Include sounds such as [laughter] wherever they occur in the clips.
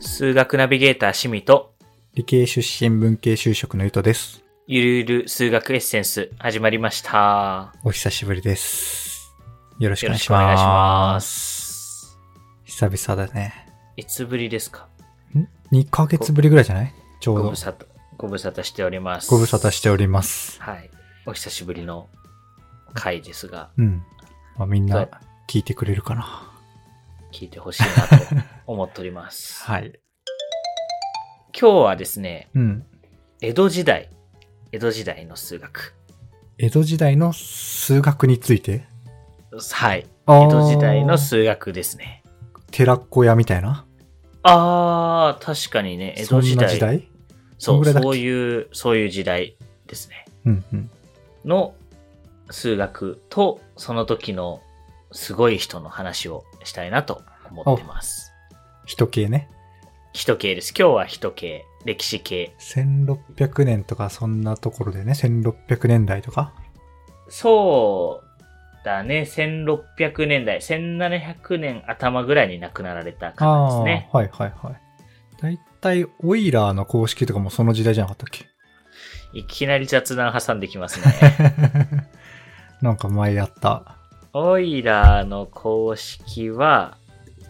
数学ナビゲーター趣味と、理系出身文系就職のゆとです。ゆるゆる数学エッセンス始まりました。お久しぶりです。よろしくおよ願ろいししくお願いしま。ますす。久々だね。いつぶりですか2ヶ月ぶりぐらいじゃないちょうごど無。沙汰、ご無沙汰しております。ご無沙汰しております。はい。お久しぶりの回ですが、うん。まあ、みんはない聞いてくれるかな。聞いてほしいなと [laughs] 思っております。はい。今日はですね、うん。江戸時代、江戸時代の数学。江戸時代の数学についてはい。江江戸時代の数学ですね。寺子屋みたいなあー、確かにね、江戸時そんな代。時代そそんう、ぐらいだっけそういう、そういう時代ですね。うんうん。の数学と、その時のすごい人の話をしたいなと思ってます。人系ね。人系です。今日は人系、歴史系。 1600年とかそんなところでね、1600年代とかそうだね、1600年代、1700年頭ぐらいに亡くなられた方ですね。あーはいはいはい。大体、オイラーの公式とかもその時代じゃなかった [laughs] っけいきなり雑談挟んできます [laughs] ね。なんか前やった。オイラーの公式は、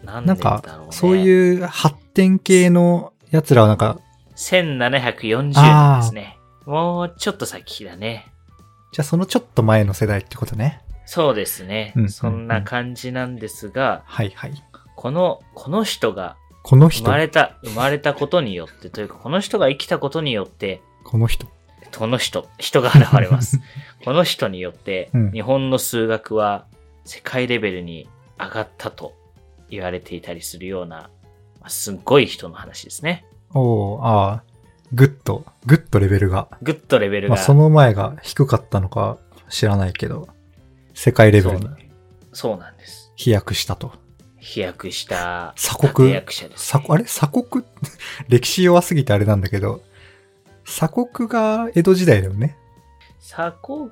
何な年んだかろうね。、そういう発展系のやつらはなんか、 1740年ですね。もうちょっと先だね。じゃあそのちょっと前の世代ってことね。そうですね。うんそんな感じなんですが、はいはい。この、この人がこの生人ま、れた、生まれたことによって、というか、この人が生きたことによって、この人。この人、人が現れ [laughs] ます。この人によってうん、日本の数学は世界レベルに上がったと言われていたりするような、まあすっごい人の話ですね。おおああ、グッと、グッとレベルが。ぐっとレベルまが。あその前が低かったのか知らないけど、世界レベルにそうなんです。飛躍したと。飛躍した鎖国立役者です、鎖ね。国あれ鎖国 [laughs] 歴史弱すぎてあれなんだけど、鎖国が江戸時代だよね。鎖国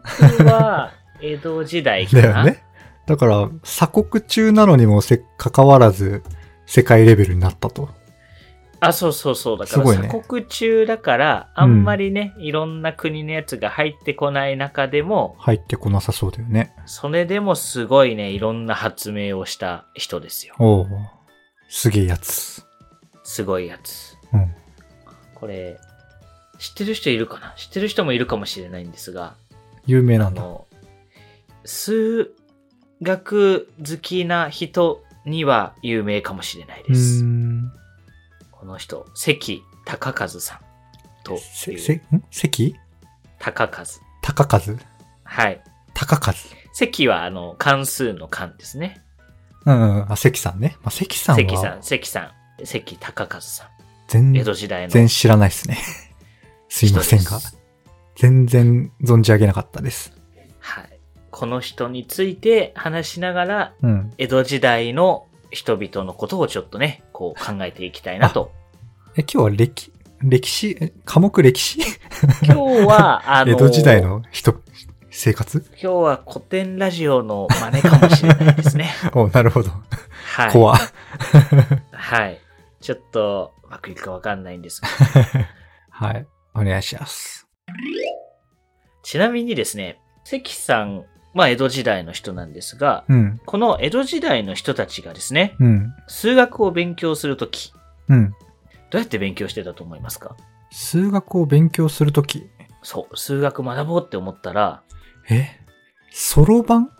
は江戸時代か [laughs] だな。よね。だから、鎖国中なのにもせ、関わらず、世界レベルになったと。あ、そうそうそう。だかすらごいね鎖国中だから、あんまりね、いろんな国のやつが入ってこない中でも、入ってこなさそうだよね。それでもすごいね、いろんな発明をした人ですよ。おお、すげえやつ。すごいやつ。うん。これ、知ってる人いるかな知ってる人もいるかもしれないんですが、有名なあんだ。の、数学好きな人には有名かもしれないうでーす。ん。この人、関高和さんといせ、せ、うん関高和。高和はい。高和。関は、あの、関数の関ですね。うんうん。あ、関さんね。まあ、関さん関さはん、関さん、関高和さ全ん。江戸時代の人然です。知らないですね。すいませんが。全然存じ上げなかったです。はい。この人について話しながら、うん。江戸時代の人々のことをちょっとね、こう考えていきたいなと。え、今日は歴、歴史、え科目歴史今日は、あの、江戸時代の人、[laughs] 生活今日は古典ラジオの真似かもしれないですね。おなるほど。はい。怖、ははい。ちょっと、うまくいくかわかんないんですが。い。お願いします。ちなみにですね、関さん、まあ江戸時代の人なんですが、うん、この江戸時代の人たちがですね、うん、数学を勉強するとき、うん。どうやって勉強してたと思いますか数学を勉強するとき、そう、数学学ぼうって思ったら、えそろばん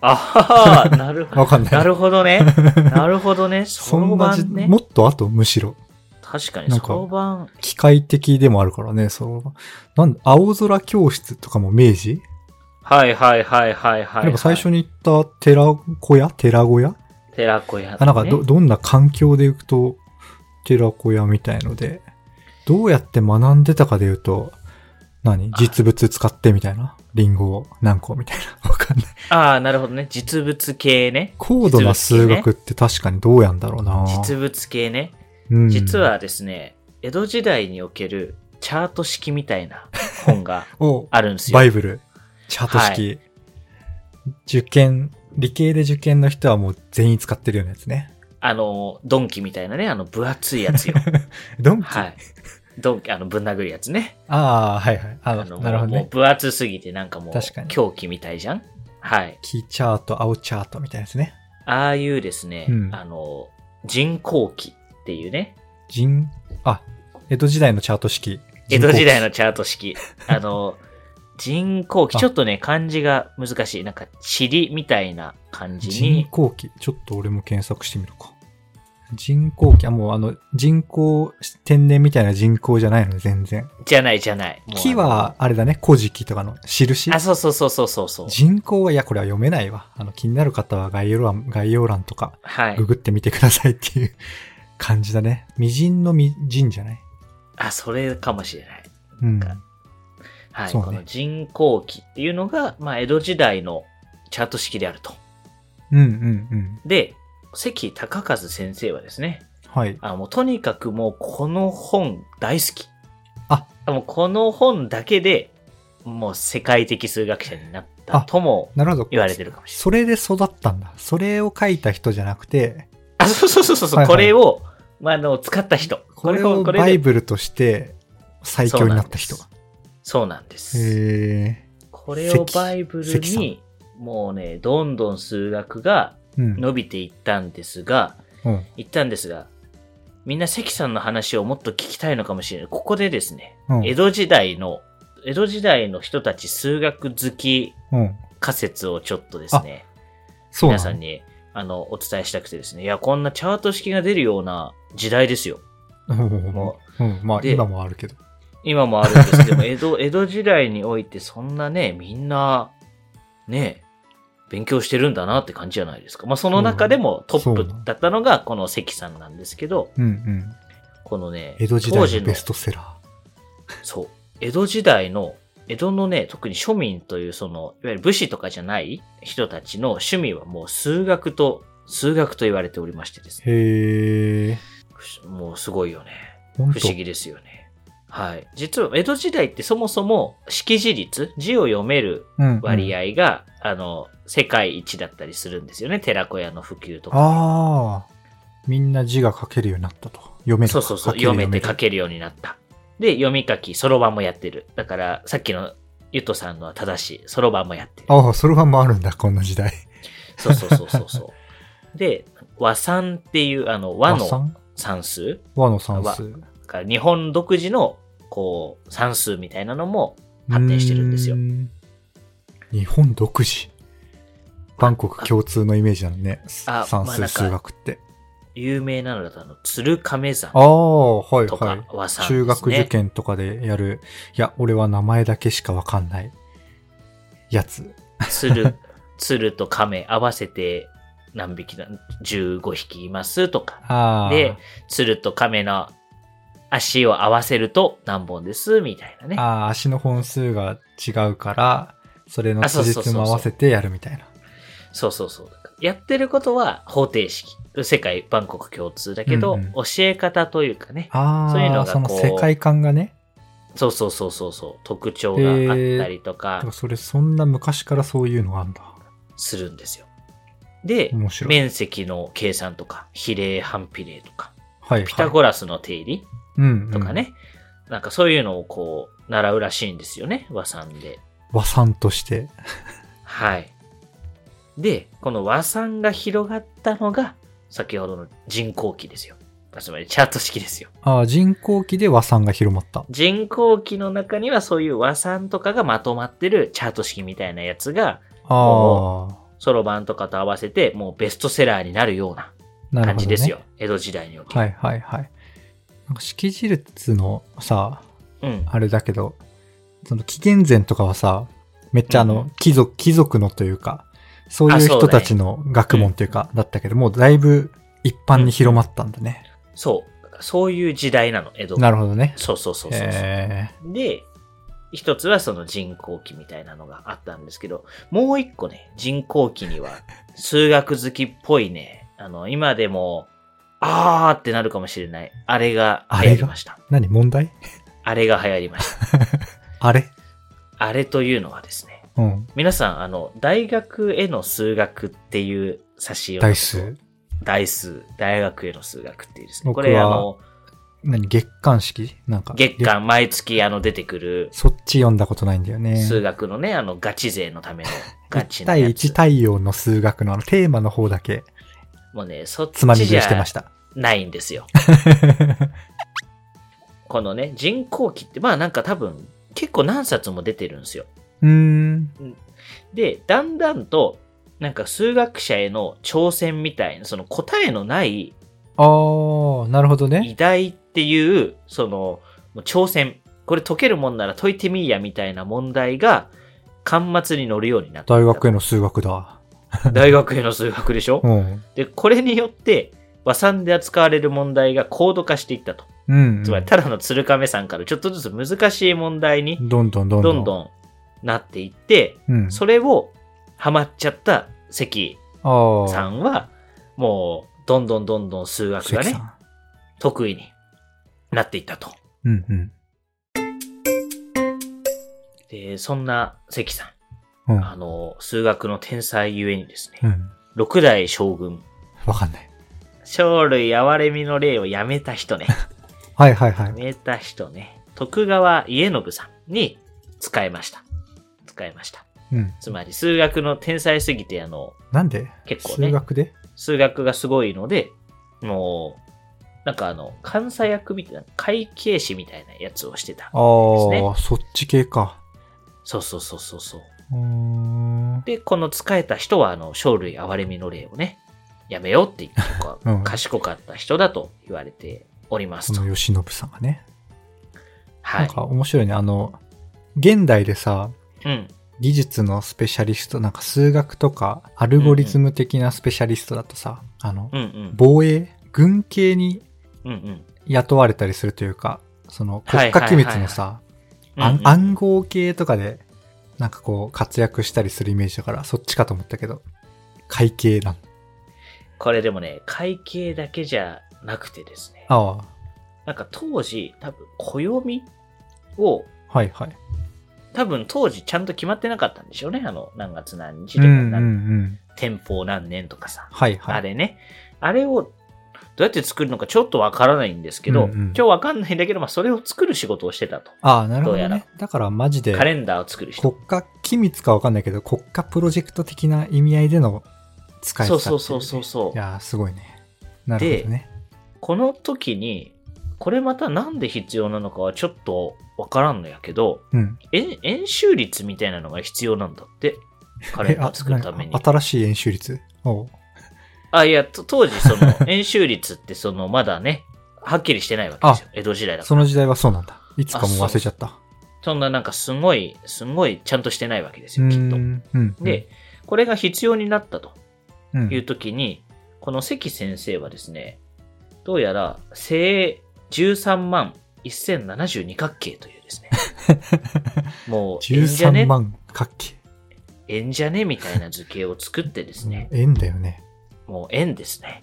あは [laughs] は、なるわほかんど。ない。なるほどね。 [laughs] なるほどね。そそろんばなじ、んねも。っと後、むしろ。確かに、なんそかろばん。機械的でもあるからね、そろばん。なん青空教室とかも明治、はいはいはいはいはい、はい。やっぱ最初に言った寺小屋寺小屋寺子屋、ね。あなんかど、どんな環境で行くと、寺子屋みたいので、どうやって学んでたかで言うと、何実物使ってみたいな。リンゴを何個みたいな。 [laughs] わかんない。ああ、なるほどね。実物系ね。高度な数学って確かにどうやんだろうな。実物系ね。うん実。はですね、江戸時代におけるチャート式みたいな本がおあるんですよ。バイブル。チャート式。受験理系で受験の人はもう全員使ってるようなやつね。あの、ドンキみたいなね、あの、分厚いやつよ。 [laughs] ドンキ、はい。ドンキ、あの、ぶん殴るやつね。ああ、はいはい。あの、あのなるほどもうね。分厚すぎてなんかもう確かに狂気みたいじゃんはい。黄チャート、青チャートみたいなやつね。ああいうですね、うんあの、人工機っていうね、人、あ、江戸時代のチャート式。江戸時代の人工チャート式。あの、人工機、あちょっとね、漢字が難しい。なんか、塵みたいな感機じ人に、工機。ちょっと俺も検索してみるか。人工機、あ、もうあの、人工、天然みたいな人工じゃないのね、全然。じゃないじゃない。もう木は、、あれだね、古事記とかの印あ、。そうそうそうそうそうそう。人工は、いや、これは読めないわ。あの、気になる方は概要欄、概要欄とか、はいグ。グってみてくださいっていう感じだね。微人の微人じゃないあ、それかもしれない。うん。はい。そうねこの人工機っていうのが、まあ、江戸時代のチャート式であると。うんうんうん。で、関高和先生はですね、はい。あもうとにかくもうこの本大好き。あもうこの本だけでもう世界的数学者になったともなるほど。言われてるかもしそれで育ったんだ。それを書いた人じゃなくて、れない。あ、そうそうそうそうそう、はいはこいれを、まあ、あの、使った人。これををバイでブルとして最強になった人。そうそうなんです。へこれを関バイブル関さに、もうね、どんどん数学がえ。うん。伸びていったんですが、うん。いったんですが、みんな関さんの話をもっと聞きたいのかもしれない。ここでですね、うん江戸時代の、江戸時代の人たち数学好きうん。仮説をちょっとですね、そう皆なさんのにあのお伝えしたくてですね、いや、こんなチャート式が出るような時代ですよ。うんうん。まあで今もあるけど。今もあるんです [laughs] けど、江戸、江戸時代においてそんなね、みんな、ね、勉強してるんだなって感じじゃないですか。まあ、その中でもトッそうプなんだったのがこの関さんなんですけど、うんうん。このね、江戸時当代時ののベストセラそう。江戸時代の、江戸のね、特に庶民というその、いわゆる武士とかじゃない人たちの趣味はもう数学と、数学と言われておりましてですー。ね。へえ。もうすごいよね。不不思議ですよね。はい。実は江戸時代ってそもそも識字率、字を読める割合。合が、あの、世界一だったりするんですよね。寺子屋の普及とか。ああ。みんな字が書けるようになったと。読めるそうそうそう、読めて書るけるようになった。で、読み書き、そろばんもやってる。だから、さっきのゆとさんのは正しい、そろばんもやってる。ああ、それはもうあるんだ、こんな時代。そうそうそうそうそう。で、和算っていう、あの、和和の算算数和の算数。だから日本独自の、こう、算数みたいなのも発展してるんですようー。ん。日本独自。バンコク共通のイメージなのね。あ算まあな数んか数学って。有名なのだと、あの、鶴亀山ああ、はいとはかい。和算です、ね中学受。験とかでやる、いや、俺は名前だけしかわかんないやつ。鶴、鶴と亀合わせて何匹だ、15匹いますとか。ああ。で、鶴と亀の足を合わせると何本ですみたいなね。ああ、足の本数が違うから、それのあそうそうそ辻う褄も合わせてやるみたいな。そうそうそう。やってることは方程式。世界万国共通だけど、うんうん教え方というかね。ああ、そういうのがそのこう世界観がね。そうそうそうそうそう。特徴があったりとだかからそれ、そんな昔からそういうのがあるんだ。するんですよ。で、面白い。面積の計算とか、比例反比例とか、はい、はい。ピタゴラスの定理うん、うん。とか。ね。なんかそういうのをこう、習うらしいんですよね。和算で。和算として。はい。で、この和算が広がったのが、先ほどの人工機ですよ。つまりチャート式ですよ。ああ、人工機で和算が広まった。人工機の中にはそういう和算とかがまとまってるチャート式みたいなやつが、ああ、そろばんとかと合わせてもうベストセラーになるようなな感るほど、ね。じですよ。。江戸時代における。はいはいはい。なんか識字率のさ、うん。あれだけど、その紀元前とかはさ、めっちゃあの、うん貴族、貴族のというか、そういうあそうだ人ねたちの学問というか、だったけど、もうだいぶ一般に広まったんだね。そう。だからそういう時代なの、江戸。なるほどね。そうそうそうそうそう。えで、一つはその人工機みたいなのがあったんですけど、もう一個ね、人工機には数学好きっぽいね、あの、今でも、あーってなるかもしれない。あれが流行りましたー。、何問題あれが流行りました。あれあれというのはですね、うん。皆さん、あの、大学への数学っていう差し台。数。大数。大学への数学っていうですね。こ僕はれ、あの、何月間式なんか。月。間、毎月、あの、出てくるそっち読んだことないんだよね。数学のね、あの、ガチ勢のための、 [laughs] ガチの1対や1つ。対応の数学のあのテーマの方だけもうね、そっつまみち食じいしてまゃ [laughs] した。ないんですよ。このね、人工期って、まあなんか多分、結構何冊も出てるんですよ。うーん。で、だんだんと、なんか数学者への挑戦みたいな、その答えのないあー、なるほどね。偉大っていう、その、もう挑戦。これ解けるもんなら解いてみいやみたいな問題が、端末に乗るようになった。大学への数学だ。大学への数学でしょう、ん。で、これによって、和算で扱われる問題が高度化していったと。うん。つまり、ただの鶴亀さんからちょっとずつ難しい問題に、どんどんどんどどん。んどんなっていって、うん。それをハマっちゃった関あー。さんは、もう、どんどんどんどん数学が関さね、ん得意になっていったと。うんうん。で、そんな関さうんん、あの、数学の天才ゆえにですうね、ん。六代将軍、わかんない。生類憐れみの霊をやめた人 [laughs] ね、はいはいはやい。めた人ね、徳川家信さんに使いました。使いました。うん。つまり数学の天才すぎて、あの、なんで結構ね数学で数学がすごいので、もう、なんかあの、監査役みたいな、会計士みたいなやつをしてたあ。ー、でそっち系か。そうそうそうそうそう。うーん。で、この仕えた人は、あの、生類憐れみの霊をね、やめようって言って、こう [laughs] うん賢かった人だと言われております。ことの吉信さんがね。はないん。か面白いね。あの、現代でさ、うん。技術のスペシャリスト、なんか数学とかアルゴリズム的なスペシャリストだとさ、あの、うんうん。防衛、軍系にうんうん。雇われたりするというか、そのはいはい国家はいは機い密のうんうさ、ん暗暗号系とかで、なんかこう活躍したりするイメージだから、そっちかと思ったけど、会計なんこれでもね、会計だけじゃなくてですね、ああ、なんか当時、多分、暦を、はいはい。多分当時ちゃんと決まってなかったんでしょうね。あの、何月何日とうか、んうんう何ん。天保何年とかさ。はいはい。あれね。あれを、どうやって作るのかちょっとわからないんですけど、うんうん今日わかんないんだけど、まあ、それを作る仕事をしてたと。ああ、なるほど、どうやね。だからマジで、カレンダーを作る人。国家機密かわかんないけど、国家プロジェクト的な意味合いでの使い方そっうていそうそうそうそうい。やー、すごいね。なるほどね。この時に、これまたなんで必要なのかはちょっとわからんのやけど、うん。円円周率みたいなのが必要なんだって。カレン [laughs] えダー作るためにあ。新しい演習率。おうあ、いや、と当時そ [laughs] の、円周率ってその、まだね、はっきりしてないわけですよ。江戸時代だから。その時代はそうなんだ。いつかもう忘れちゃった。そんななんかすごい、すごいちゃんとしてないわけですうよ、きっと。ん。うん。で、これが必要になったとうん、いう時に、この関先生はですね、どうやら、正13万1072角形という [laughs] ですね、もう、円じゃ13ね、万かっけ。円じゃねみたいな図形を作ってですね、円だよね。もう円ですね。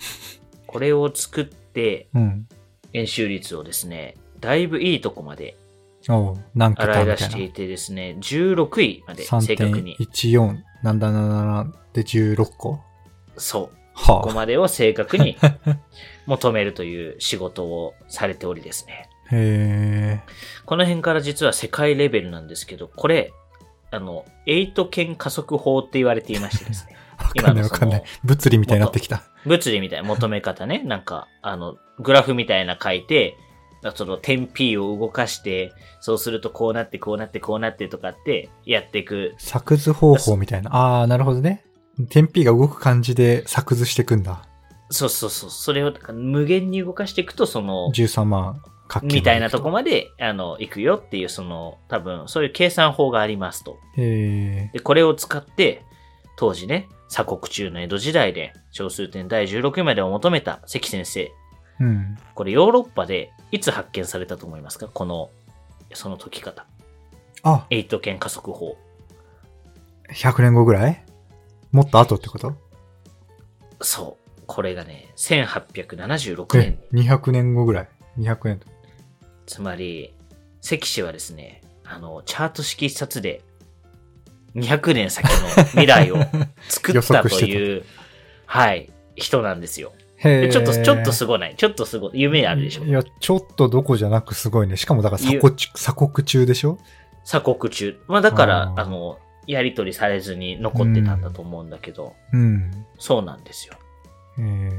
これを作って、うん。円周率をですね、だいぶいいとこまでおう何洗桁いみ出たしていいてですね、16位までな。正確に。 3.14、なんだなんだなんだで16個そう。ここはあ。までを正確 [laughs] に求めるという仕事をされておりですね。へえ。この辺から実は世界レベルなんですけど、これ、あの、エイト圏加速法って言われていましてです [laughs] ね。わかんない今のわそのかんない。物理みたいになってきた。物理みたいな求め方ね。なんか、あの、グラフみたいな書いて、その点 P を動かして、そうするとこうなってこうなってこうなってとかってやっていく。作図方法みたいな。ああ、なるほどね。天 P が動く感じで作図していくんだ。そうそうそう。それをだから無限に動かしていくと、その、 13万かっけみたいなとこまで、あの、行くよっていう、その、多分、そういう計算法がありますと。へえ。で、これを使って、当時ね、鎖国中の江戸時代で、小数点第16位までを求めた関先生。うん。これ、ヨーロッパで、いつ発見されたと思いますかこの、その解き方。あ、エイト圏加速法。 100年後ぐらいもっと後ってことそう。これがね、1876え年。、 200年後ぐらい。200年。つまり、関氏はですね、あの、チャート式一冊で、 200年先の未 [laughs] 来を作った予と測しいう、はい、人なんですよ。へでーちょっと、ちょっとすごない。ちょっとすごい。夢あるでしょい。や、ちょっとどこじゃなくすごいね。しかもだから鎖国中鎖国中でしょ鎖国中。まあだから、ああーの、やりとりされずに残ってたんだと思うんだけど、うん。そうなんですよ。えー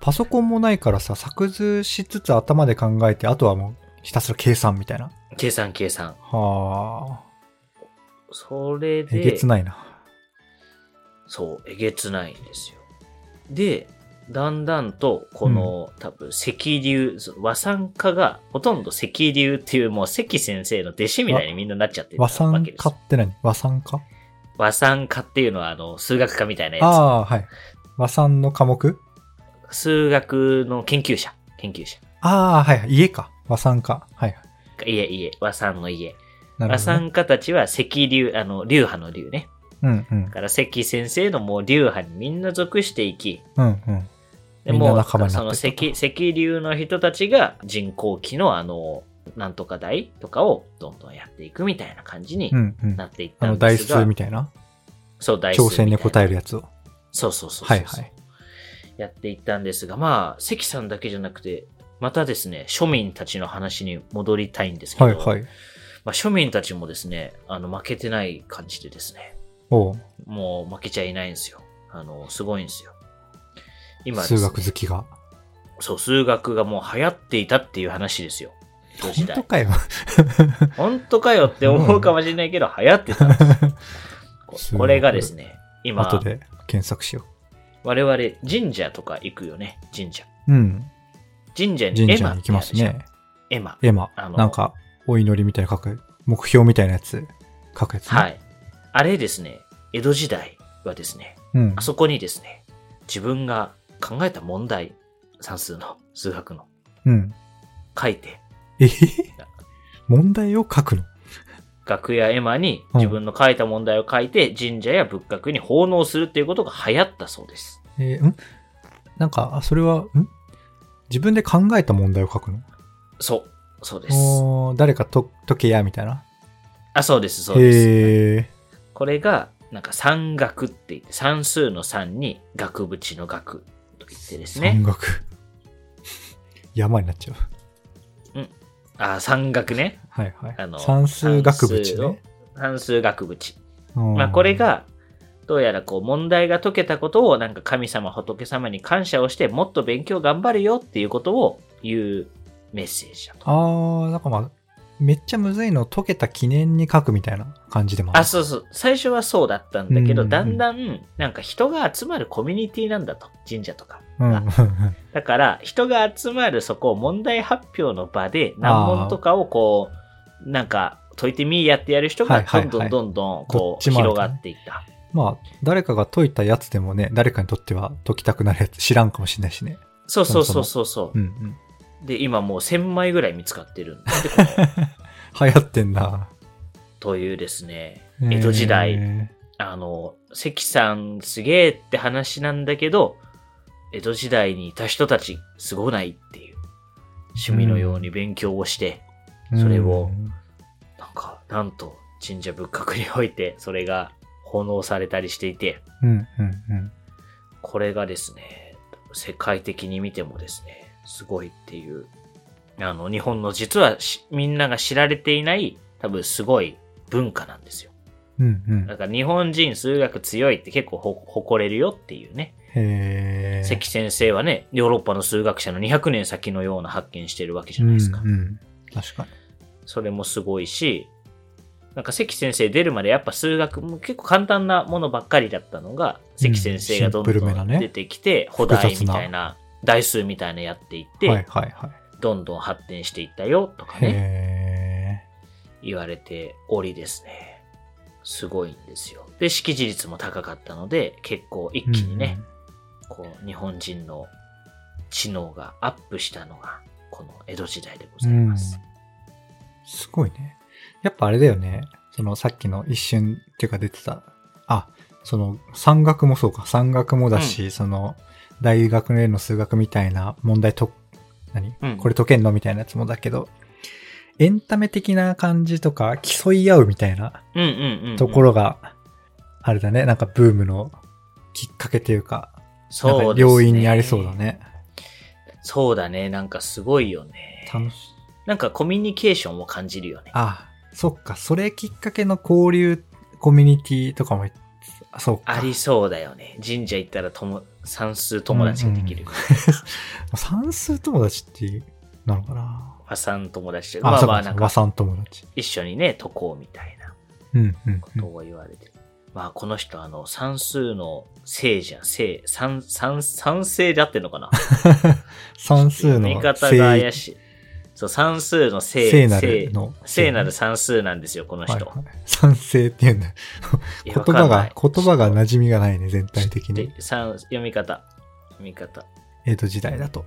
パソコンもないからさ、作図しつつ頭で考えて、あとはもうひたすら計算みたいな。計算計算。はあ。それで、えげつないな。そう、えげつないんですよ。で、だんだんと、この、多分、石流、その和算家が、ほとんど石流っていう、もう関先生の弟子みたいにみんななっちゃってる和わ算けです化よ。って何和算化和算家っていうのは、あの、数学家みたいなやああー、はい。和算の科目つ。数学の研究者。研究者。ああ、はいはい。家か。和算化。はいはい。いえいえ、和算の家。和なるほど、ね。算家たちは石流、あの、流派の流ね。うんうんだ。から関先生のもう流派にみんな属していき、うんうん。でみんなもう、仲間にそなってのった石、石流の人たちが人工機のあの、なんとか台とかをどんどんやっていくみたいな感じにうんうん。なっていっあたの、んで台すが、数みたいなそう、台数挑戦に応ええるやつを。そうそうそうそう。はいはい。やっていったんですが、まあ、関さんだけじゃなくて、またですね、庶民たちの話に戻りたいんですけど、はいはい。まあ、庶民たちもですね、あの、負けてない感じでですね、おうもう負けちゃいないんですよ。あの、すごいんですよ。今ですね数学好きが。そう、数学がもう流行っていたっていう話ですよ。当時本当代。かよ。本当かよって思うかもしれないけど、流行ってたんです [laughs] こ数学これがですね、今、後で検索しよ我々神社とか行くよね、神社。う。うん。神社に神絵社馬にって行きあまるすじゃんね。絵馬。絵馬あ。のなんか、お祈りみたいに書く、目標みたいなやつ、書くやつ、ね。は。い。あれですね、江戸時代はですね、うんあ。そこにですね、自分が考えた問題、算数の、数学の、うん。書いて、えへへ問題を書くの。楽屋絵馬に自分の書いた問題を書いて、神社や仏閣に奉納するっていうことが流行ったそうです。えーんなんか、あそれは、ん自分で考えた問題を書くのそう、そうです。おー誰かと解けや、みたいな。あ、そうです、そうです。へえ。これが、なんか三学って言って、算数の三に額縁の額と言ってです山ね。岳。 [laughs] 山になっちゃう。あ、三学ね。はいはいあの。算数学部算地数をね。算数額縁。うんまあ、これ、が、どうやらこう問題が解けたことをなんか神様仏様に感謝をしてもっと勉強頑張るよっていうことを言うメッセージだと。あー、なんかまあ、めっちゃむずいのを解けた記念に書くみたいな感じでもあ、るそうそう。最初はそうだったんだけど、うんだんだんなんか人が集まるコミュニティなんだと。神社とか。うんうんうんだから、人が集まるそこを問題発表の場で難問とかをこう、なんか解いてみーやってやる人がはいはどいはんいどんどんどんどこっうちもある広かがらっていった。 [laughs] まあ、誰かが解いたやつでもね、誰かにとっては解きたくなるやつ知らんかもしれないしね。そうそうそそうもそうそうう。んうん。で、今もう1000枚ぐらい見つかってる [laughs] んで、流行ってんな。というですね、江戸時代、えあの、関さんすげえって話なんだけど、江戸時代にいた人たちすごないっていう、趣味のように勉強をして、ー。それをうんなんか、なんと、神社仏閣において、それが奉納されたりしていて、うんうんうん。これがですね、世界的に見てもですね、すごいっていう、あの、日本の実はしみんなが知られていない、多分すごい文化なんですよ。うんうん。だから日本人数学強いって結構ほ誇れるよっていうね。へえ。関先生はね、ヨーロッパの数学者の200年先のような発見してるわけじゃないですか。うんうん。確かに。それもすごいし、なんか関先生出るまでやっぱ数学も結構簡単なものばっかりだったのが、うん関先生がどんどシンプルめなんね出てきて、補題複雑みなたいな、台数みたいなやっていって、はいはいはい。どんどん発展していったよとかね、へ言われておりですね。すごいんですよ。で、識字率も高かったので、結構一え。気にね、こう、日本人の知能がアップしたのが、この江戸時代でごうざいんうん。うまん。すす。ごいね。やっぱあれだよね。そのさっきの一瞬っていうか出てた。あ、その山岳もそうか。山岳もだし、その大学の例の数学みたいな問題と、何うんこれ解けんのみたいなやつもだけど、エンタメ的な感じとか競い合うみたいなうんうんうんうん。ところがあれだね、なんかブームのきっかけというか、なんそかうですね。病院にありそうだ。ね。そうだね。なんかすごいよね。楽しい。なんかコミュニケーションを感じるよね。あ、そっか、それきっかけの交流コミュニティとかも、そっか。ありそうだよね。神社行ったらとも算数友達ができる。うんうん算数友達っていう、なのかな和算友達で。あ、まあそうまあなんかそうか、和か算友達。一緒にね、解こうみたいなうん、うんこ。とを言われてる。まあこの人あの算数の聖者、聖、算、算、算聖で合ってんのかな算数の言い方が怪しい。そう、算数の聖、聖なるの聖なる算数なんですよ、この人。はいはい賛成っていうんだ。い言やわか葉んないが、言葉が馴染みがないね、全体的にで。算読み方。読み方。江戸時代だと。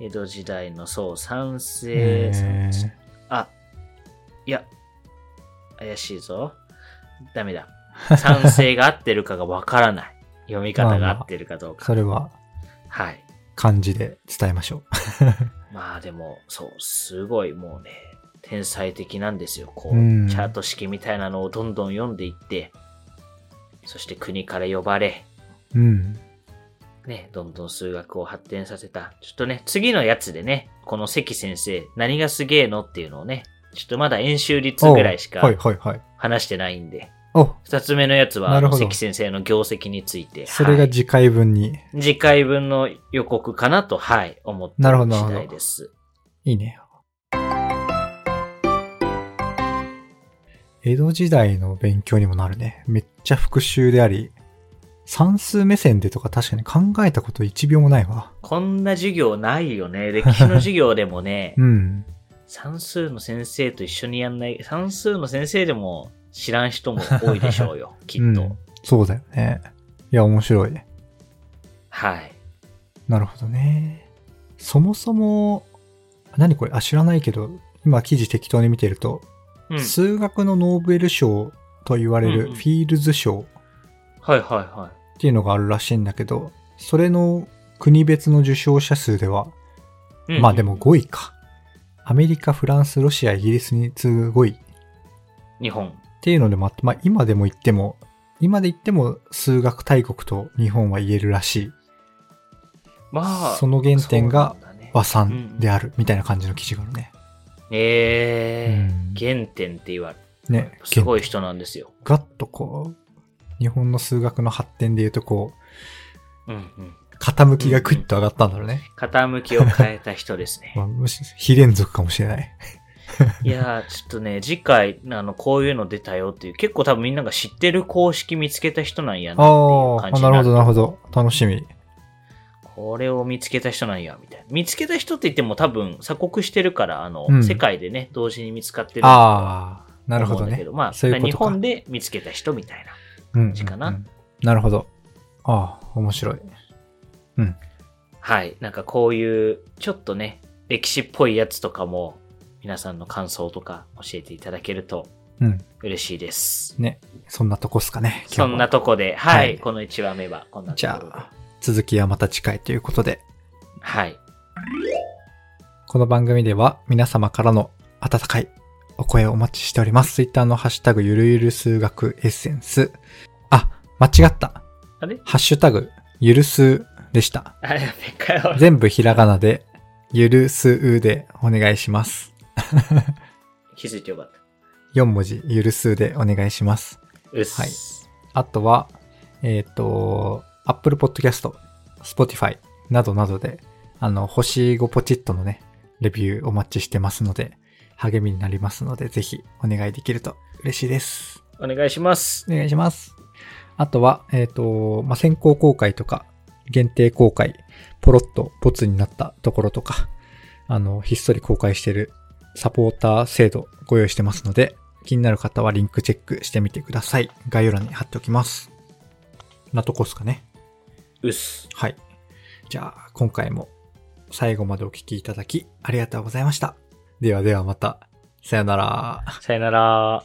江戸時代の、そう、三世、えーあ、いや、怪しいぞ。ダメだ。賛成が合ってるかがわから [laughs] ない。読み方が合ってるかどうか。それははい。漢字で伝えましょう。まあでも、そう、すごいもうね、天才的なんですよ。こう、うんチャート式みたいなのをどんどん読んでいって、そして国から呼ばれ、うん。ね、どんどん数学を発展させた。ちょっとね、次のやつでね、この関先生、何がすげえのっていうのをね、ちょっとまだ演習率ぐらいしおはいかはいはい。話してないんで、お、二つ目のやつは、なあるのほど関先生の業績について、それはがい次回分に。次回分の予告かなと、はい、思ってなるほるどなる次ほど第です。いいね。江戸時代の勉強にもなるね。めっちゃ復習であり、算数目線でとか確かに考えたこと一秒もないわ。、こんな授業ないよね。歴史の授業でもね [laughs] うん。算数の先生と一緒にやんない、算数の先生でも知らん人も多いでしょうよ、きっと。 [laughs] うんそうだよね。いや、面白い。はい。なるほどね。そもそも、何これあ、知らないけど、今記事適当に見てると、うん。数学のノーベル賞と言われうんうるんフィールズ賞はいはいはい。っていうのがあるらしいんだけど、それの国別の受賞者数では、うんまあでも5位か。アメリカ、フランス、ロシア、イギリスに次ぐ5位っ日本。ていうのでもあって、まあ今でも言っても、今で言っても数学大国と日本は言えるらしい。まあ、その原点がそうなんだね、和算であるみたいな感じの記事があるね。えうんえ原点って言われる。ね。すごい人なんですよ。ガッとこう、日本の数学の発展で言うとこう、うんうん。傾きがクイッと上がったんだろうね。傾きを変えた人ですね [laughs] ま。あ、むし非連続かもしれない。いやー、ちょっとね、次回、あの、こういうの出たよっていう、結構多分みんなが知ってる公式見つけた人なんやなってあいうあ、感じなるほど、なるど。ほど。楽しみ。これを見つけた人なんや、みたいな。見つけた人って言っても多分鎖国してるから、あの、うん世界でね、同時に見つかってる。ああ、なるほど思うんだけね。まあ、そういうことか日本で見つけた人みたいな。うんじかなうんうんなるほど。ああ、面白い。はい。なんかこういう、ちょっとね、歴史っぽいやつとかも、皆さんの感想とか教えていただけるとうん。嬉しいです。ね。そんなとこっすかね。今日そはんなとこで、はい、はいこの1話目はこんなところで。じゃあ、続きはまた次回ということで、はい。この番組では皆様からの温かいお声をお待ちしております。Twitter のハッシュタグゆるゆる数学エッセンス。あ、間違った。あれハッシュタグゆる数でした。あれ、やべっかよ。全部ひらがなで、ゆる数でお願いします。気づいてよかった。 4文字ゆる数でお願いします。うっす。はいあとは、えっ、と、Apple Podcast、Spotify などなどで、あの、星5ポチッとのね、レビューお待ちしてますので、励みになりますので、ぜひお願いできると嬉しいです。お願いします。お願いします。あとは、えっ、と、まあ、先行公開とか、限定公開、ポロッとボツになったところとか、あの、ひっそり公開してるサポーター制度ご用意してますので、気になる方はリンクチェックしてみてください。概要欄に貼っておきます。なとこっすかね。うっす。はい。じゃあ、今回も最後までお聞きいただきありがとうございました。ではではまた。さよなら。さよなら。